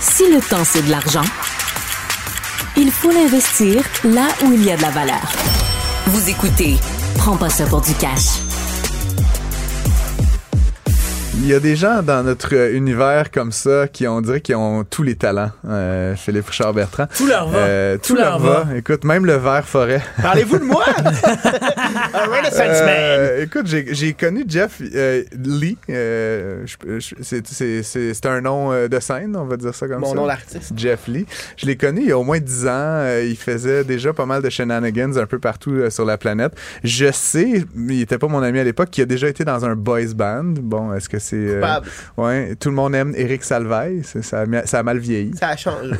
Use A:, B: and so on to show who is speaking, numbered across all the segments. A: Si le temps, c'est de l'argent, il faut l'investir là où il y a de la valeur. Vous écoutez, prends pas ça pour du cash.
B: Il y a des gens dans notre euh, univers comme ça qui on dirait qui ont tous les talents. Euh, Philippe Richard Bertrand.
C: Tout leur va.
B: Euh, tout,
C: Tout
B: leur
C: leur
B: va. Écoute, même le vert forêt.
D: Parlez-vous de moi? Un Renaissance Man.
B: Euh, écoute, j'ai j'ai connu Jeff euh, Lee. Euh, je- je- c'est- c'est c'est- c'est un nom euh, de scène, on va dire ça comme
D: Mon
B: ça.
D: nom d'artiste.
B: Jeff Lee. Je l'ai connu il y a au moins 10 ans. Euh, il faisait déjà pas mal de shenanigans un peu partout euh, sur la planète. Je sais, mais il était pas mon ami à l'époque, qu'il a déjà été dans un boys band. Bon, est-ce que c'est. euh,
D: Coupable.
B: ouais, tout le monde aime Eric Salvaille. C'est- Ça, a mi- ça a mal vieilli.
D: Ça a changé.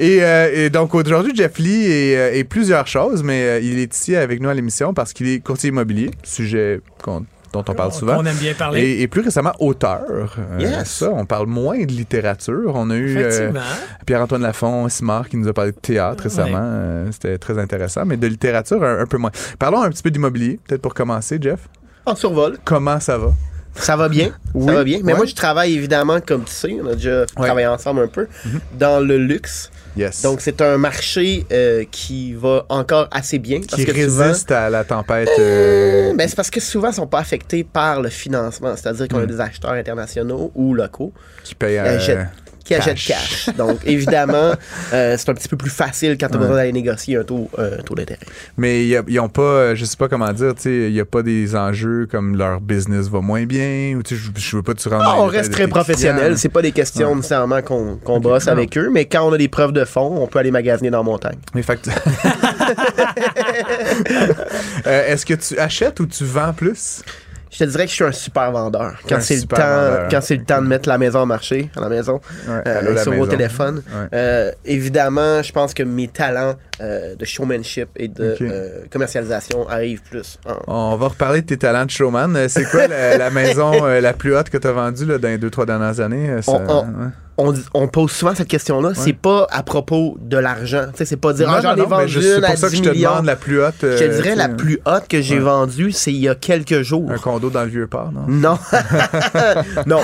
B: Et, euh, et donc aujourd'hui, Jeff Lee est, euh, est plusieurs choses, mais euh, il est ici avec nous à l'émission parce qu'il est courtier immobilier, sujet qu'on- dont on parle souvent.
C: On Ah, aime bien parler.
B: Et, et plus récemment, auteur. Euh,
D: Yes.
B: Ça, on parle moins de littérature. On a eu euh,
C: Effectivement.
B: Pierre-Antoine Lafont, Simard, qui nous a parlé de théâtre récemment. Euh, C'était très intéressant, mais de littérature, un, un peu moins. Parlons un petit peu d'immobilier, peut-être pour commencer, Jeff.
D: On survole.
B: Comment ça va?
D: Ça va bien.
B: Oui.
D: Ça va bien. Mais
B: Ouais.
D: moi, je travaille évidemment, comme tu sais, on a déjà travaillé ensemble un peu,
B: Mm-hmm.
D: dans le luxe.
B: Yes.
D: Donc, c'est un marché euh, qui va encore assez bien. Parce
B: qui
D: que souvent-
B: résiste à la tempête. euh,
D: Ben, c'est parce que souvent, ils sont pas affectés par le financement. C'est-à-dire qu'on a des acheteurs internationaux ou locaux
B: qui paye
D: qui
B: Mm. euh,
D: achètent, qui
B: cash.
D: achètent cash. Donc, évidemment, euh, c'est un petit peu plus facile quand tu as besoin d'aller négocier un taux, euh, taux d'intérêt.
B: Mais y a- ils ont pas, euh, je sais pas comment dire, tu sais, il n'y a pas des enjeux comme leur business va moins bien ou tu sais, je- je veux pas que tu rentres dans les
D: Ah, on
B: détails
D: reste
B: de
D: très
B: tes
D: professionnel.
B: clients.
D: C'est pas des questions nécessairement qu'on qu'on bosse avec eux, mais quand on a des preuves de fond, on peut aller magasiner dans la montagne.
B: Mais fait que tu- Euh, Est-ce que tu achètes ou tu vends plus?
D: Je te dirais que je suis un super vendeur. Quand
B: Un
D: c'est le temps,
B: super vendeur.
D: quand c'est le temps de mettre la maison au marché, à la maison,
B: Ouais,
D: euh,
B: allô, la
D: sur
B: maison.
D: vos téléphones.
B: Ouais.
D: euh, évidemment, je pense que mes talents euh, de showmanship et de
B: Ok.
D: euh, commercialisation arrivent plus. en-
B: On va reparler de tes talents de showman. Euh, C'est quoi la, la maison euh, la plus haute que tu as vendue là, dans les deux, trois dernières années? euh, ça-
D: On- on-
B: ouais.
D: On, dit- on pose souvent cette question-là. C'est pas à propos de l'argent. Tu sais, c'est pas dire
B: Non,
D: ah, j'en
B: non,
D: ai
B: non, mais
D: vendu
B: je- C'est
D: une à
B: pour ça que
D: 10
B: je te
D: millions.
B: demande la plus haute.
D: Je
B: euh,
D: te dirais
B: tu
D: la
B: sais,
D: plus haute que j'ai vendue, c'est il y a quelques jours.
B: Un condo dans le vieux port, non?
D: Non. non.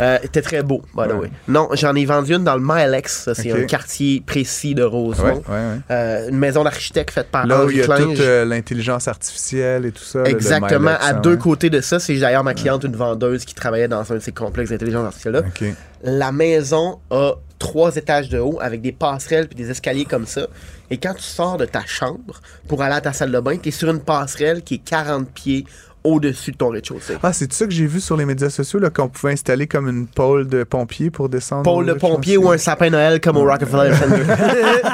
D: Euh, T'es très beau, by the way. Non, j'en ai vendu une dans le Milex. Ça, C'est
B: Ok.
D: un quartier précis de
B: Ouais,
D: Rosemont.
B: ouais, ouais.
D: Euh, une maison d'architecte faite par
B: Là où il
D: Henri
B: y a
D: Clinge.
B: toute euh, l'intelligence artificielle et tout ça. là, le
D: Exactement.
B: Milex,
D: à
B: hein,
D: deux
B: ouais.
D: côtés de ça, c'est d'ailleurs ma cliente, une vendeuse qui travaillait dans un de ces complexes d'intelligence artificielle-là.
B: OK.
D: La maison a trois étages de haut avec des passerelles puis des escaliers comme ça. Et quand tu sors de ta chambre pour aller à ta salle de bain, tu es sur une passerelle qui est 40 pieds au-dessus de ton rez-de-chaussée.
B: Ah, c'est ça que j'ai vu sur les médias sociaux, là, qu'on pouvait installer comme une pôle de pompier pour descendre.
D: Paul
B: au
D: le pompier ou
B: rez-de-chaussée.
D: un sapin Noël comme au Rockefeller Center.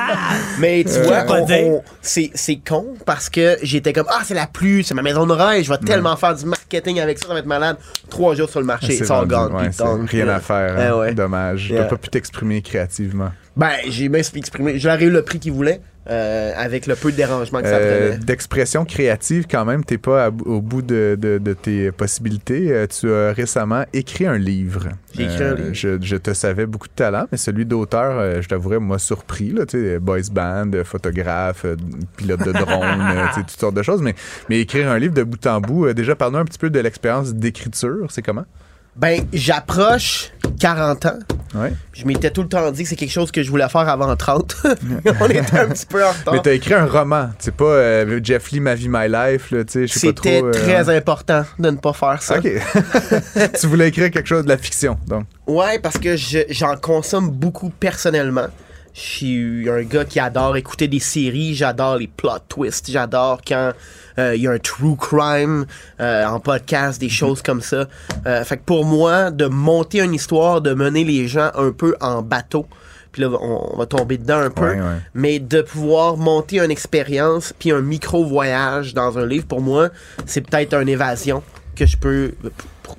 D: Mais tu vois, on-
C: Capoté.
D: on- c'est c'est con parce que j'étais comme Ah, c'est la pluie, c'est ma maison de rêve, je vais tellement faire du marketing avec ça, ça va être malade. Trois jours sur le marché,
B: C'est
D: it's all
B: vendu,
D: gone,
B: ouais,
D: puis
B: c'est
D: donc,
B: Rien
D: euh,
B: à faire.
D: eh
B: hein.
D: ouais.
B: Dommage.
D: Yeah.
B: T'as pas pu t'exprimer créativement.
D: Ben, j'ai bien exprimé. J'aurais eu le prix qu'il voulait euh, avec le peu de dérangement que ça
B: Euh,
D: prenait.
B: D'expression créative, quand même, t'es pas à- au bout de, de- de tes possibilités. Euh, tu as récemment écrit un livre. Euh,
D: J'ai écrit un livre.
B: Je, je te savais beaucoup de talent, mais celui d'auteur, euh, je t'avouerais, m'a surpris. Là, tu sais, boys band, euh, photographe, euh, pilote de drone, euh, tu sais, toutes sortes de choses. Mais, mais écrire un livre de bout en bout, euh, déjà, parlons un petit peu de l'expérience d'écriture. C'est comment?
D: Ben, j'approche 40 ans.
B: Ouais.
D: Je m'étais tout le temps dit que c'est quelque chose que je voulais faire avant 30. On était un petit peu en retard.
B: Mais t'as écrit un roman. C'est pas euh, Jeff Lee, Ma vie, My life. là, tu sais, je sais pas trop.
D: C'était
B: euh,
D: très important de ne pas faire ça.
B: OK. tu voulais écrire quelque chose de la fiction, donc.
D: Ouais, parce que je- j'en consomme beaucoup personnellement. Je suis un gars qui adore écouter des séries, j'adore les plot twists, j'adore quand euh, il y a un true crime euh, en podcast, des choses
B: Mhm.
D: comme ça. Euh, fait que pour moi, de monter une histoire, de mener les gens un peu en bateau, puis là, on, on va tomber dedans un peu,
B: Ouais, ouais.
D: mais de pouvoir monter une expérience, puis un micro-voyage dans un livre, pour moi, c'est peut-être une évasion que je peux euh, pr- pr-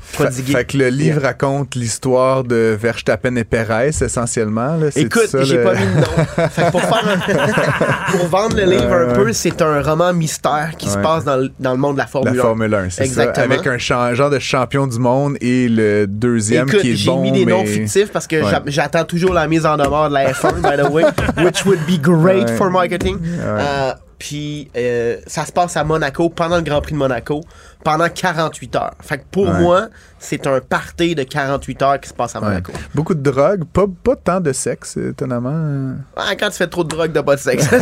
B: Fa-
D: prodiguer.
B: Fait que le livre raconte l'histoire de Verstappen et Perez, essentiellement. là. C'est
D: Écoute,
B: ça,
D: j'ai
B: le-
D: pas mis de nom. Fait que pour, faire un- pour vendre le livre
B: Ouais,
D: un peu, c'est un roman mystère qui se
B: Ouais.
D: passe dans le, dans le monde de la
B: la
D: Formule 1.
B: Formule 1, c'est ça.
D: Exactement.
B: Avec un cha- genre de champion du monde et le deuxième
D: Écoute,
B: qui est
D: j'ai
B: bon,
D: mis des noms
B: mais-
D: fictifs parce que
B: Ouais.
D: j'a- j'attends toujours la mise en demeure de la F1, by the way, which would be great
B: Ouais.
D: for marketing. Euh, Puis euh, ça se passe à Monaco pendant le Grand Prix de Monaco pendant 48 heures. Fait que pour
B: Ouais.
D: moi, c'est un party de 48 heures qui se passe à
B: Ouais.
D: Monaco.
B: Beaucoup de drogue, pas, pas tant de sexe, étonnamment.
D: Ah, quand tu fais trop de drogue, t'as pas de sexe.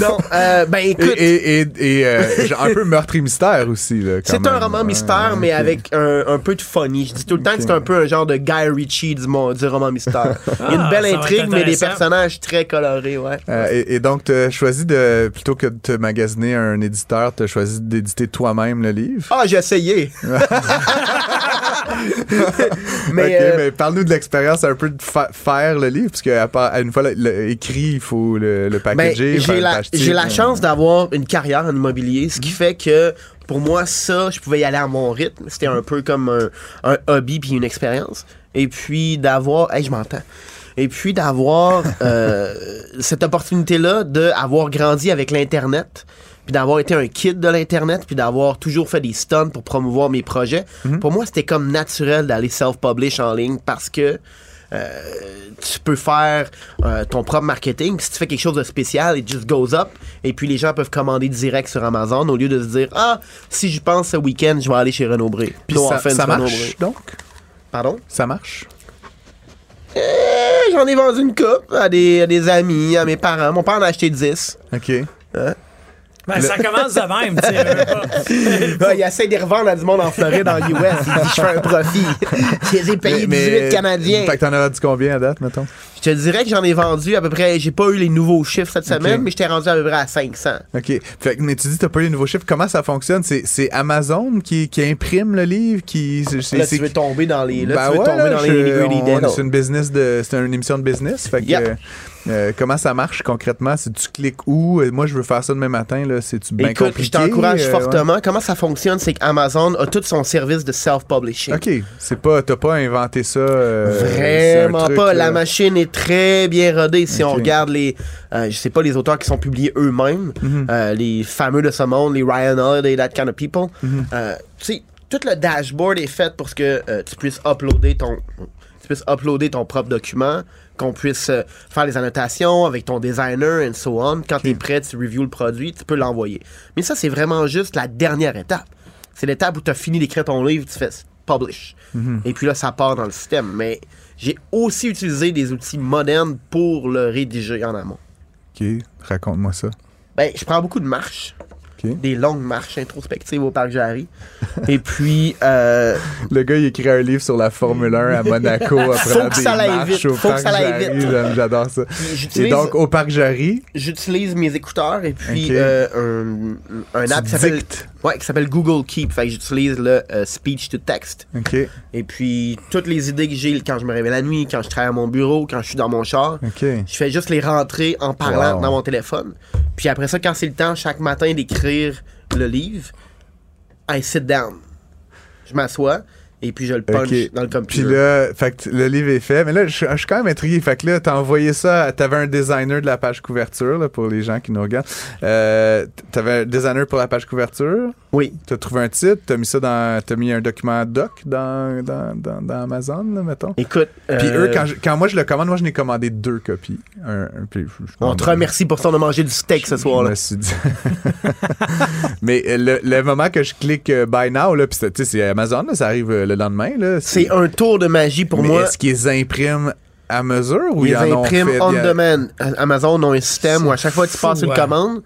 D: non, euh, ben
B: Et,
D: écoute,
B: et, et, et, euh, genre un peu meurtre et mystère aussi. là, quand
D: c'est un
B: même.
D: roman
B: Ouais,
D: mystère, mais
B: ok.
D: avec un, un peu de funny. Je dis tout le temps que c'est un peu un genre de Guy Ritchie du, mon- du roman mystère. Il y a une
C: Ah,
D: belle
C: ça va
D: intrigue,
C: être
D: mais des
C: intéressant.
D: personnages très colorés, ouais.
B: Euh, et, et donc, tu as choisi de, plutôt que de te magasiner un éditeur, tu as choisi d'éditer toi-même le livre.
D: Ah, j'ai essayé! mais,
B: Ok,
D: euh,
B: mais parle-nous de l'expérience un peu de fa- faire le livre, parce que à part- à une fois le- le- écrit, il faut le, le
D: Ben,
B: packager. faire euh.
D: j'ai
B: le
D: la,
B: pacheter.
D: j'ai la chance d'avoir une carrière en immobilier, ce qui fait que pour moi, ça, je pouvais y aller à mon rythme. C'était un peu comme un, un hobby puis une expérience. Et puis d'avoir. Hey, je m'entends. Et puis d'avoir euh, cette opportunité-là d'avoir grandi avec l'Internet, puis d'avoir été un kid de l'Internet, puis d'avoir toujours fait des stunts pour promouvoir mes projets. Pour moi, c'était comme naturel d'aller self-publish en ligne parce que tu peux faire euh, ton propre marketing. Si tu fais quelque chose de spécial, it just goes up. Et puis les gens peuvent commander direct sur Amazon au lieu de se dire Ah, si je pense ce week-end, je vais aller chez Renaud Bré.
B: Puis
D: No
B: ça,
D: offense,
B: ça
D: Renaud
B: marche,
D: Bré.
B: donc?
D: Pardon
B: Ça marche?
D: Eh, J'en ai vendu une coupe à des, à des amis, à mes parents. Mon père en a acheté 10.
B: OK.
C: Ben, ça commence de même, tu sais. veux pas.
D: Là, il essaie de les revendre à du monde en Floride, en US. Il dit Je fais un profit. Je les ai payés 18 Canadiens.
B: Fait que t'en auras dit combien à date, mettons?
D: Je te dirais que j'en ai vendu à peu près. J'ai pas eu les nouveaux chiffres cette semaine, mais j'étais rendu à peu près à 500.
B: OK. Fait que, mais tu dis que t'as pas eu les nouveaux chiffres. Comment ça fonctionne? C'est, c'est Amazon qui, qui imprime le livre? Qui, c'est,
D: Là,
B: c'est-
D: tu veux tomber dans les. Là,
B: Ben
D: tu veux
B: ouais,
D: tomber
B: là,
D: dans
B: je-
D: les nitty-gritty
B: on-
D: des-
B: C'est une business de, c'est une émission de business. Fait que,
D: Yep.
B: euh, comment ça marche concrètement? Si tu cliques où? Euh, Moi, je veux faire ça demain matin. Là, c'est-tu bien
D: Écoute,
B: compliqué?
D: je t'encourage
B: Euh,
D: fortement. Comment ça fonctionne, c'est qu'Amazon a tout son service de self-publishing.
B: ouais. OK. C'est pas, t'as pas inventé ça. euh, c'est un
D: Vraiment
B: truc,
D: pas.
B: là.
D: La machine est très bien rodée. Si on
B: Ok.
D: regarde les, euh, je sais pas, les auteurs qui sont publiés eux-mêmes,
B: Mhm.
D: euh, les fameux de ce monde, les Ryan Holiday et that kind of people.
B: Mhm.
D: euh, tu sais, tout le dashboard est fait pour que euh, tu puisses uploader ton, tu puisses uploader ton propre document, qu'on puisse euh, faire les annotations avec ton designer and so on. Quand tu es prêt, tu reviews le produit, tu peux l'envoyer. Mais ça, c'est vraiment juste la dernière étape. C'est l'étape où tu as fini d'écrire ton livre, tu fais publish.
B: Mhm.
D: Et puis là, ça part dans le système. Mais j'ai aussi utilisé des outils modernes pour le rédiger en amont.
B: OK. Raconte-moi ça.
D: Ben, je prends beaucoup de marches.
B: OK.
D: Des longues marches introspectives au parc Jarry. Et puis, euh,
B: Le gars, il écrit un livre sur la Formule 1 à Monaco après
D: Faut
B: la
D: que ça aille
B: démarche
D: vite.
B: au
D: Faut que
B: Parc
D: ça aille
B: Jarry.
D: vite.
B: J'aime- J'adore ça. Et
D: j'utilise
B: donc, au Parc Jarry,
D: j'utilise mes écouteurs et puis
B: Ok.
D: euh, un, un app
B: Tu
D: qui s'appelle
B: dictes.
D: ouais, qui s'appelle Google Keep. Fait que j'utilise le euh, speech to text.
B: OK.
D: Et puis toutes les idées que j'ai quand je me réveille la nuit, quand je travaille à mon bureau, quand je suis dans mon char,
B: OK.
D: je fais juste les rentrer en parlant
B: Wow.
D: dans mon téléphone. Puis après ça, quand c'est le temps chaque matin d'écrire le livre, I sit down. Je m'assois et puis je le punch
B: Ok.
D: dans le
B: Puis
D: computer.
B: là, fait que le livre est fait. Mais là, je je suis quand même intrigué. Fait que là, t'as envoyé ça. à- T'avais un designer de la page couverture, là, pour les gens qui nous regardent. Euh, t'avais un designer pour la page couverture.
D: oui.
B: T'as trouvé un titre. T'as mis ça dans. T'as mis un document doc dans, dans, dans, dans Amazon, là, mettons.
D: Écoute,
B: Puis
D: euh,
B: eux, quand, je- quand moi je le commande, moi je n'ai commandé deux copies. Un, un- puis je- je-
D: on te remercie pour ça, on a mangé du steak ce soir-là.
B: Je me suis dit. Mais euh, le, le moment que je clique euh, Buy Now, là, puis c'est- tu sais, c'est Amazon, là, ça arrive euh, le lendemain. Là,
D: C'est un tour de magie pour
B: Mais
D: moi.
B: est-ce qu'ils impriment à mesure ou
D: Ils
B: ils, en ont
D: impriment
B: fait
D: on
B: il y a-
D: demand. Amazon ont un système où à chaque fois que tu
C: fou,
D: passes une
C: hein.
D: commande,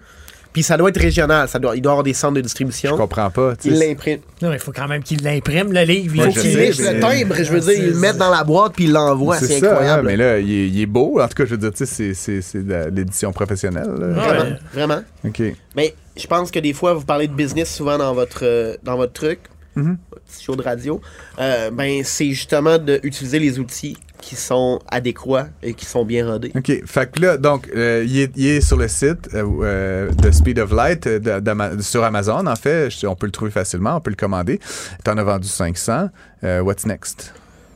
D: puis ça doit être régional, ça doit, il doit y avoir des centres de
B: Je
D: distribution.
B: comprends pas. tu
D: Ils
B: sais.
D: l'impriment.
C: Non, il faut quand même qu'il l'imprime, le livre.
B: Moi,
C: Il
D: Faut
C: faut
B: je
D: qu'ils
C: qu'il
B: sais,
D: lèchent
B: mais-
D: le timbre, je veux
C: C'est-
D: dire, ils le mettent dans la boîte puis ils l'envoient, c'est
B: ça,
D: incroyable.
B: hein, mais là, il est, il est beau. En tout cas, je veux dire, tu sais, c'est- c'est c'est de l'édition professionnelle. là.
C: Ouais.
D: Vraiment, vraiment.
B: OK.
D: Mais je pense que des fois, vous parlez de business souvent dans votre, euh, dans votre truc,
B: Mhm.
D: votre petit show de radio. Euh, ben, c'est justement d'utiliser les outils qui sont adéquats et qui sont bien rodés.
B: OK. Fait que là, donc, euh, il, est, il est sur le site euh, euh, de Speed of Light euh, d'A- d'Ama- sur Amazon, en fait. Je- on peut le trouver facilement, on peut le commander. T'en as vendu 500. Euh, what's next?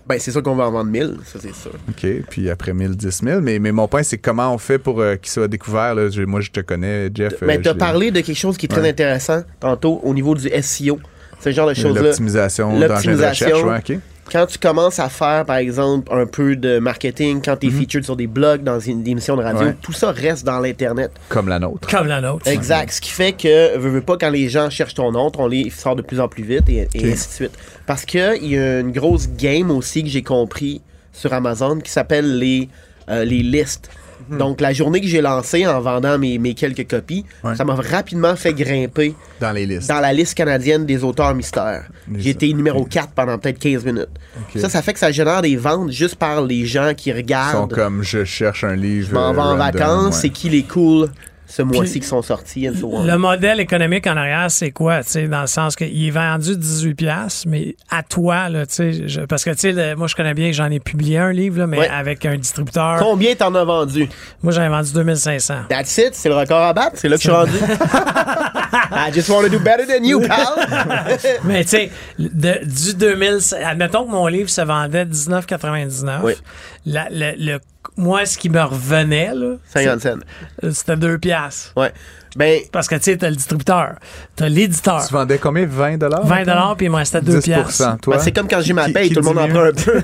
D: Ben, c'est sûr qu'on va en vendre 1000, ça c'est sûr.
B: OK. Puis après 1000, 10 000. Mais, mais mon point, c'est comment on fait pour euh, qu'il soit découvert. Là. J'ai- Moi, je te connais, Jeff. euh,
D: Mais
B: je
D: Ben, t'as
B: l'ai-
D: parlé de quelque chose qui est très
B: Ouais.
D: intéressant tantôt au niveau du SEO, ce genre de choses-là.
B: L'optimisation d'engin de recherche.
D: L'optimisation.
B: ouais, OK.
D: Quand tu commences à faire, par exemple, un peu de marketing, quand tu es featured sur des blogs, dans une, des émissions de radio,
B: Mhm. Ouais.
D: tout ça reste dans l'Internet.
B: Comme la nôtre.
C: Comme la nôtre.
D: Exact. Ce qui fait que, veux, veux pas, quand les gens cherchent ton nom, on les sort de plus en plus vite et, et
B: Ok.
D: ainsi de suite. Parce qu'il y a une grosse game aussi que j'ai compris sur Amazon qui s'appelle les, euh, les listes.
B: Mhm.
D: Donc, la journée que j'ai lancée en vendant mes, mes quelques copies,
B: Ouais.
D: ça m'a rapidement fait grimper
B: Dans les listes.
D: dans la liste canadienne des auteurs mystères.
B: Les-
D: J'ai été numéro 4 pendant peut-être 15 minutes.
B: Ok.
D: Ça, ça fait que ça génère des ventes juste par les gens qui
B: Ils sont
D: regardent.
B: comme je cherche un livre.
D: Je m'en vais en
B: euh, random,
D: vacances,
B: ouais.
D: c'est qui les cool ce mois-ci
C: Puis,
D: qui sont sortis, and so on.
C: Le modèle économique en arrière, c'est quoi? tu sais, Dans le sens qu'il est vendu 18$, piastres, mais à toi, là, tu sais, je- parce que tu sais, le- moi, je connais bien, j'en ai publié un livre, là, mais
D: Ouais.
C: avec un distributeur.
D: Combien t'en as vendu?
C: Moi, j'en ai vendu 2500.
D: That's it, c'est le record à battre, c'est là que je suis rendu. I just want to do better than you, pal.
C: Mais tu sais, de- du 2000, admettons que mon livre se vendait 19,99.
D: Oui.
C: La- le, le- moi, ce qui me revenait, là,
D: 50 cents.
C: c'est- Euh, c'était 2 piastres.
D: Ouais. Ben,
C: Parce que tu sais, t'as le distributeur, t'as l'éditeur,
B: Tu vendais combien 20 dollars
C: 20 dollars, puis il me restait 2 piastres.
B: toi.
D: Ben, c'est comme quand j'ai ma
B: Qui-
D: paye,
B: qui
D: tout le monde en
B: diminue?
D: prend un peu.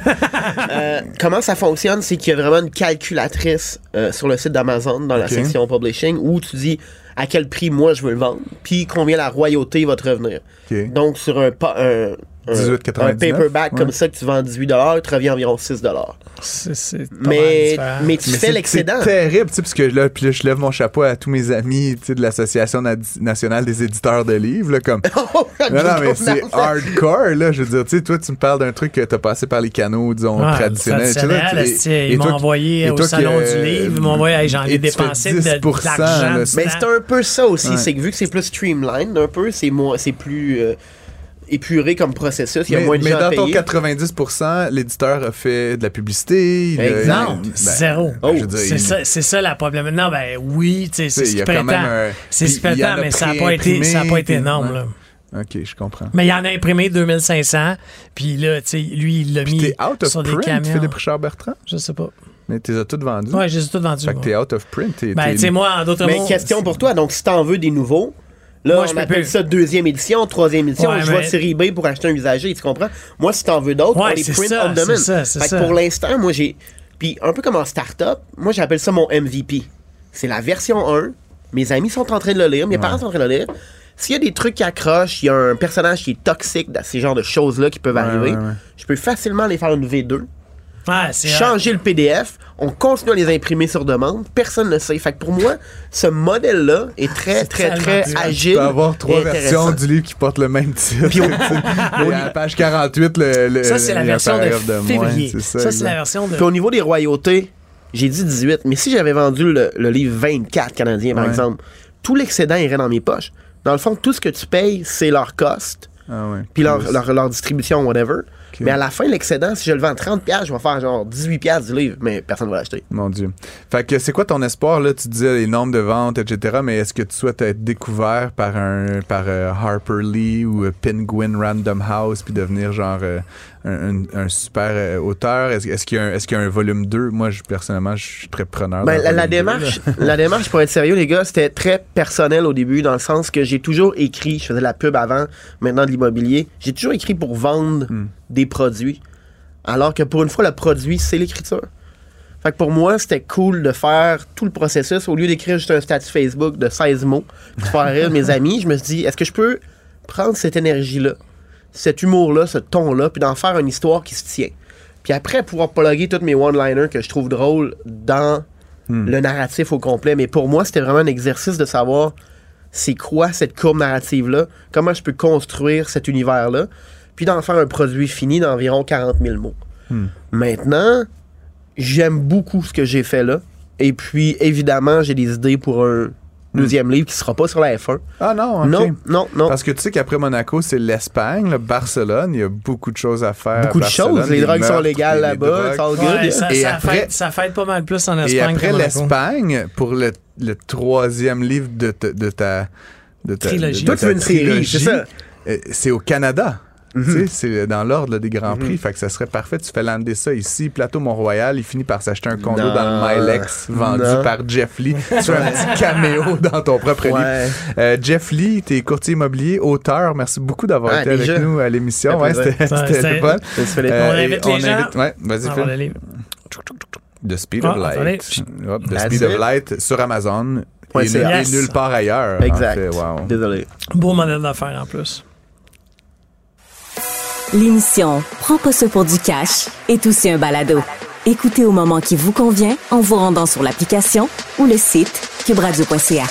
D: Euh, comment ça fonctionne, c'est qu'il y a vraiment une calculatrice euh, sur le site d'Amazon dans la
B: Ok.
D: section publishing où tu dis à quel prix moi je veux le vendre, puis combien la royauté va te revenir.
B: Ok.
D: Donc sur un, pa- un, un-
B: 18,99,
D: un paperback
B: ouais.
D: comme ça que tu vends 18 dollars, te revient environ 6 dollars.
C: C'est- c'est pas mal
D: Mais,
C: différent.
D: mais tu
B: Mais
D: fais
B: c'est-
D: l'excédent.
B: C'est terrible, tu sais, parce que là, puis là, je lève mon chapeau à tous mes amis tu sais, de l'Association na- nationale des éditeurs de livres. là, comme... Non, non, mais c'est hardcore, là. Je veux dire, tu sais, toi, tu me parles d'un truc que t'as passé par les canaux, disons,
C: Ouais,
B: traditionnels.
C: traditionnel,
B: tu
C: esti,
B: sais, et- et
C: ils
B: toi
C: m'ont
B: qui-
C: envoyé
B: et
C: au
B: toi
C: salon
B: que-
C: du livre, ils m'ont envoyé, Hey, j'en ai
B: et tu fais
C: dépensé de,
B: 10%,
C: de
B: là,
C: l'argent.
B: c'est-
D: Mais c'est un peu ça aussi,
B: Ouais.
D: c'est que vu que c'est plus streamlined un peu, c'est moins, c'est plus euh, épuré comme processus, il y a
B: Mais,
D: moins de
B: mais
D: gens à
B: dans ton
D: payer.
B: 90%, l'éditeur a fait de la publicité. il a-
D: Exact. Oh,
C: Non,
B: ben,
C: zéro.
B: ben, je veux dire,
C: C'est
B: il-
C: ça, c'est ça la problématique. Non, ben oui, tu sais, c'est
B: Tu sais, il
C: ce
B: y
C: qui
B: a quand
C: prétend.
B: même un-
C: C'est ce qui
B: puis il y en
C: prétend,
B: a
C: mais ça n'a pas été, ça a pas
B: pré-imprimé,
C: été énorme.
B: puis-
C: là.
B: OK, je comprends.
C: Mais il en a imprimé 2500, puis là, tu sais, lui, il l'a
B: Puis
C: mis
B: t'es out of
C: sur des
B: print,
C: camions.
B: Philippe Richard-Bertrand.
C: Je sais pas.
B: Mais t'es as toutes vendues.
C: Ouais, j'ai tout vendu.
B: Fait que
C: moi.
B: t'es out of print. t'es-
C: Ben,
B: t'es-
C: tu sais, moi, en d'autres
D: Mais
C: mots.
D: question pour toi, donc si t'en veux des nouveaux, là
C: Moi, je
D: on
C: peux
D: appelle
C: plus.
D: ça deuxième édition, troisième édition,
C: Ouais,
D: je
C: mais-
D: vois sur eBay pour acheter un usager, tu comprends? Moi si t'en veux d'autres,
C: Ouais,
D: on les
C: c'est
D: print
C: ça,
D: on
C: c'est
D: demand.
C: ça, c'est
D: Fait que
C: ça.
D: pour l'instant, moi j'ai... Puis un peu comme en start-up, moi j'appelle ça mon MVP. C'est la version 1, mes amis sont en train de le lire, mes parents sont en train de le lire. S'il y a des trucs qui accrochent, il y a un personnage qui est toxique, dans ces genres de choses-là qui peuvent arriver,
B: ouais, ouais.
D: je peux facilement les faire une V2
C: Ouais, c'est.
D: changer le PDF, on continue à les imprimer sur demande, personne ne le sait. Fait que pour moi, ce modèle-là est très, très,
C: tellement
D: très
C: dur.
D: agile.
B: Tu peux avoir trois
D: et
B: versions
D: intéressant.
B: du livre qui portent le même titre.
D: Puis au-
B: Et à la page 48, le, le-
C: Ça, c'est la
B: il y a un
C: version de
B: paragraphe moins,
C: février.
B: c'est
C: Ça, c'est la
B: exact.
C: version de.
D: Puis au niveau des royautés, j'ai dit 18, mais si j'avais vendu le, le livre 24 canadien, par
B: Ouais.
D: exemple, tout l'excédent irait dans mes poches. Dans le fond, tout ce que tu payes, c'est leur cost,
B: Ah ouais.
D: puis leur, leur, leur distribution, whatever.
B: Ok.
D: Mais à la fin, l'excédent, si je le vends 30$, je vais faire genre 18$ du livre, mais personne ne va l'acheter.
B: Mon Dieu. Fait que c'est quoi ton espoir là Tu disais les nombres de ventes, etc. Mais est-ce que tu souhaites être découvert par un par euh, Harper Lee ou euh, Penguin Random House puis devenir genre euh, un, un- un super euh, auteur Est-ce est-ce qu'il y a un, est-ce qu'il y a un volume 2 Moi, je, personnellement, je suis très preneur.
D: Ben,
B: d'un
D: la, la
B: volume 2, là.
D: démarche, la démarche, pour être sérieux, les gars, c'était très personnel au début, dans le sens que j'ai toujours écrit, je faisais de la pub avant, maintenant de l'immobilier, j'ai toujours écrit pour vendre des produits. Alors que pour une fois, le produit, c'est l'écriture. Fait que pour moi, c'était cool de faire tout le processus. Au lieu d'écrire juste un statut Facebook de 16 mots, pour faire rire mes amis, je me suis dit, est-ce que je peux prendre cette énergie-là, cet humour-là, ce ton-là, puis d'en faire une histoire qui se tient. Puis après, pouvoir plugger tous mes one-liners que je trouve drôles dans le narratif au complet. Mais pour moi, c'était vraiment un exercice de savoir c'est quoi cette courbe narrative-là, comment je peux construire cet univers-là, puis d'en faire un produit fini d'environ 40 000 mots. Maintenant, j'aime beaucoup ce que j'ai fait là. Et puis, évidemment, j'ai des idées pour un deuxième livre qui sera pas sur la F1.
B: Ah non, Hmm. ok.
D: Non, non, non.
B: Parce que tu sais qu'après Monaco, c'est l'Espagne, le Barcelone. Il y a beaucoup de choses à faire. à
D: Beaucoup de
B: Barcelone,
D: choses. Les
B: des
D: drogues sont
B: meurtres,
D: légales
B: les- les
D: là-bas. it's
B: drogues.
D: all good.
C: Ouais, ça,
B: Et
C: ça
B: après-
C: fête, ça fête pas mal plus en
B: Et
C: Espagne. Ah,
B: après
C: qu'à Monaco.
B: l'Espagne, pour le, le troisième livre de, ta- de ta, de ta
C: Trilogie.
B: de
C: Toi,
D: tu veux une série,
B: trilogie,
D: c'est ça? Mm-hmm.
B: euh, C'est au Canada. Tu sais, C'est dans l'ordre là, des grands prix. Fait que ça serait parfait. Tu fais lander ça ici. Plateau Mont-Royal, il finit par s'acheter un condo
D: Non.
B: dans le Milex vendu
D: Non.
B: par Jeff Lee. tu fais un petit caméo dans ton propre
D: Ouais.
B: livre. Euh, Jeff Lee, t'es courtier immobilier, auteur. Merci beaucoup d'avoir
D: Ah,
B: été avec
D: déjà.
B: nous à l'émission.
D: Ça
B: Ouais,
D: fait
B: c'était
C: plaisir.
B: c'était
C: Ouais,
B: le fun.
D: Ça se fait les-
B: Euh,
C: On
B: et
C: invite les gens.
B: Ouais, vas-y,
C: Ah,
B: Phil.
C: voilà, les-
B: The Speed
C: Ah,
B: of Light.
C: attendez.
B: Hop, The
D: That's
B: Speed
D: it.
B: of Light sur Amazon. Et,
D: Point
B: nul-
D: CA.
B: et
C: Yes.
B: nulle part ailleurs. en
D: Euh, Exact.
B: fait. Wow.
D: Désolé.
C: Beau modèle d'affaires en plus.
A: L'émission Prends pas ça pour du cash est aussi un balado. Écoutez au moment qui vous convient en vous rendant sur l'application ou le site cubradio.ca.